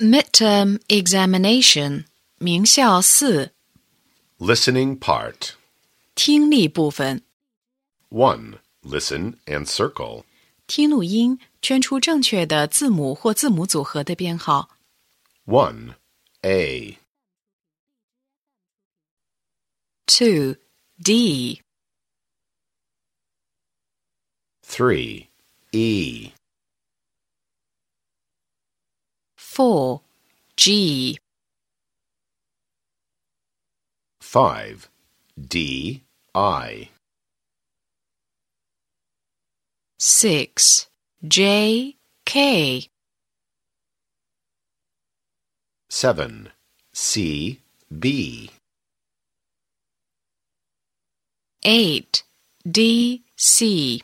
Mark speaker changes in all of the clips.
Speaker 1: Midterm examination 名校四
Speaker 2: Listening part.
Speaker 1: 听力部分，
Speaker 2: 1. Listen and circle.
Speaker 1: 听录音，圈出正确的字母或字母组合的编号。
Speaker 2: 1. A.
Speaker 1: Two D
Speaker 2: 3. E.
Speaker 1: four G
Speaker 2: 5. D. I.
Speaker 1: six J K
Speaker 2: 7. C. B.
Speaker 1: eight D C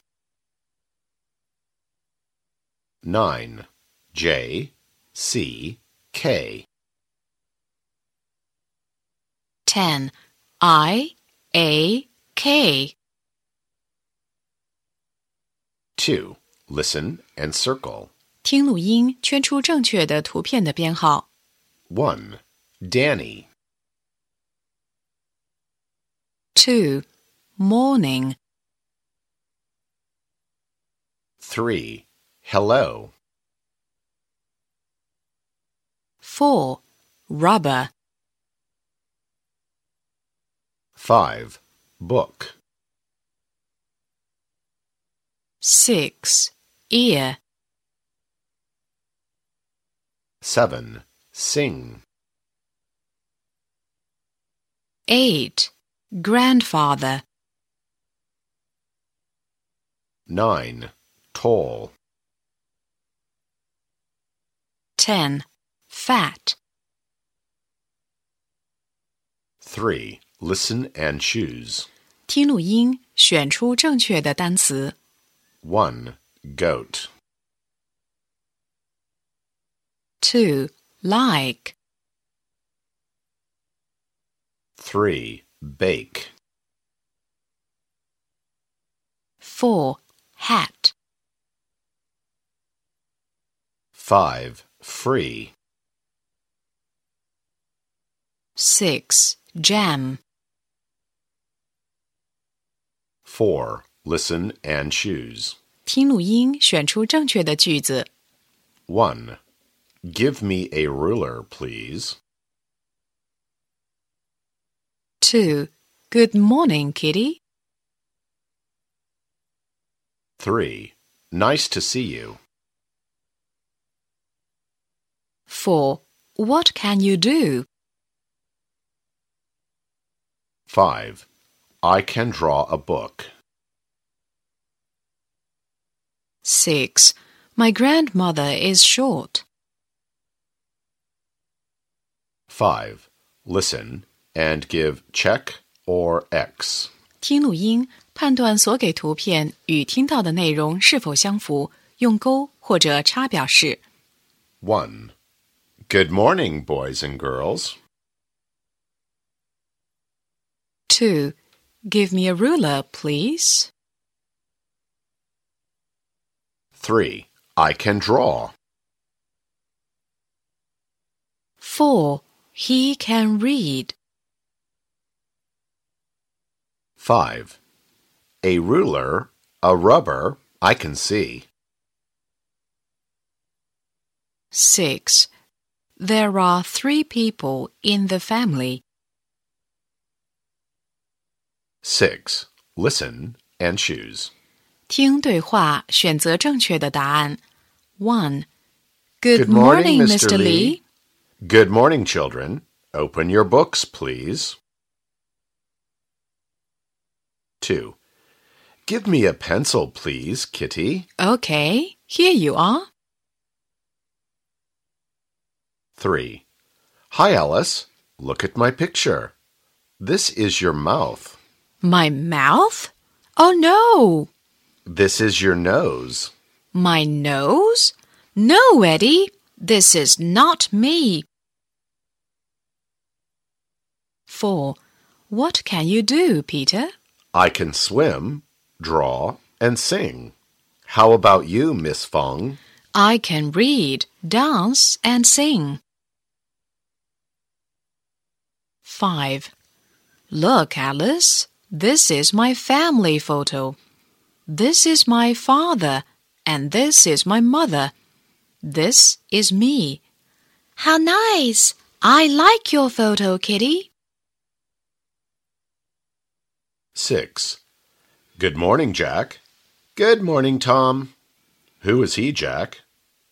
Speaker 2: 9. J. C. K.
Speaker 1: ten I A K
Speaker 2: 2. Listen and circle.
Speaker 1: 听录音，圈出正确的图片的编号。
Speaker 2: 1. Danny.
Speaker 1: Two morning
Speaker 2: 3. Hello.
Speaker 1: four rubber
Speaker 2: Five. Book.
Speaker 1: six ear
Speaker 2: Seven. Sing.
Speaker 1: Eight. Grandfather.
Speaker 2: Nine. Tall.
Speaker 1: Ten. Fat.
Speaker 2: Three. Listen and choose.
Speaker 1: 听录音，选出正确的单词。
Speaker 2: One. Goat.
Speaker 1: Two. Like.
Speaker 2: Three. Bake.
Speaker 1: Four. Hat.
Speaker 2: Five. Free.
Speaker 1: Six. Jam.
Speaker 2: Four. Listen and choose.
Speaker 1: 听录音，选出正确的句子。
Speaker 2: One. Give me a ruler, please.
Speaker 1: Two. Good morning, Kitty.
Speaker 2: Three. Nice to see you.
Speaker 1: Four. What can you do?
Speaker 2: Five. I can draw a book.
Speaker 1: Six. My grandmother is short.
Speaker 2: Five. Listen and give check or X.
Speaker 1: 听录音，判断所给图片与听到的内容是否相符，用勾或者叉表示。
Speaker 2: One. Good morning, boys and girls.
Speaker 1: Two. Give me a ruler, please.
Speaker 2: Three. I can draw.
Speaker 1: Four. He can read.
Speaker 2: Five. A ruler, a rubber, I can see.
Speaker 1: Six. There are three people in the family.
Speaker 2: Six. Listen and choose.
Speaker 1: 听对话，选择正确的答案。One. Good,
Speaker 2: Good morning,
Speaker 1: morning,
Speaker 2: Mr. Lee. Good morning, children. Open your books, please. Two. Give me a pencil, please, Kitty.
Speaker 1: Okay, here you are.
Speaker 2: Three. Hi, Alice. Look at my picture. This is your mouth.
Speaker 1: My mouth? Oh no!
Speaker 2: This is your nose.
Speaker 1: My nose? No, Eddie, this is not me. 4. What can you do, Peter?
Speaker 2: I can swim, draw, and sing. How about you, Miss Fong?
Speaker 1: I can read. dance and sing. 5. Look, Alice, this is my family photo. This is my father, and this is my mother. This is me.
Speaker 3: How nice! I like your photo, Kitty.
Speaker 2: 6. Good morning, Jack. Good morning, Tom. Who is he, Jack?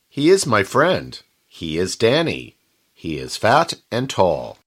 Speaker 2: He is my friend. He is Danny. He is fat and tall.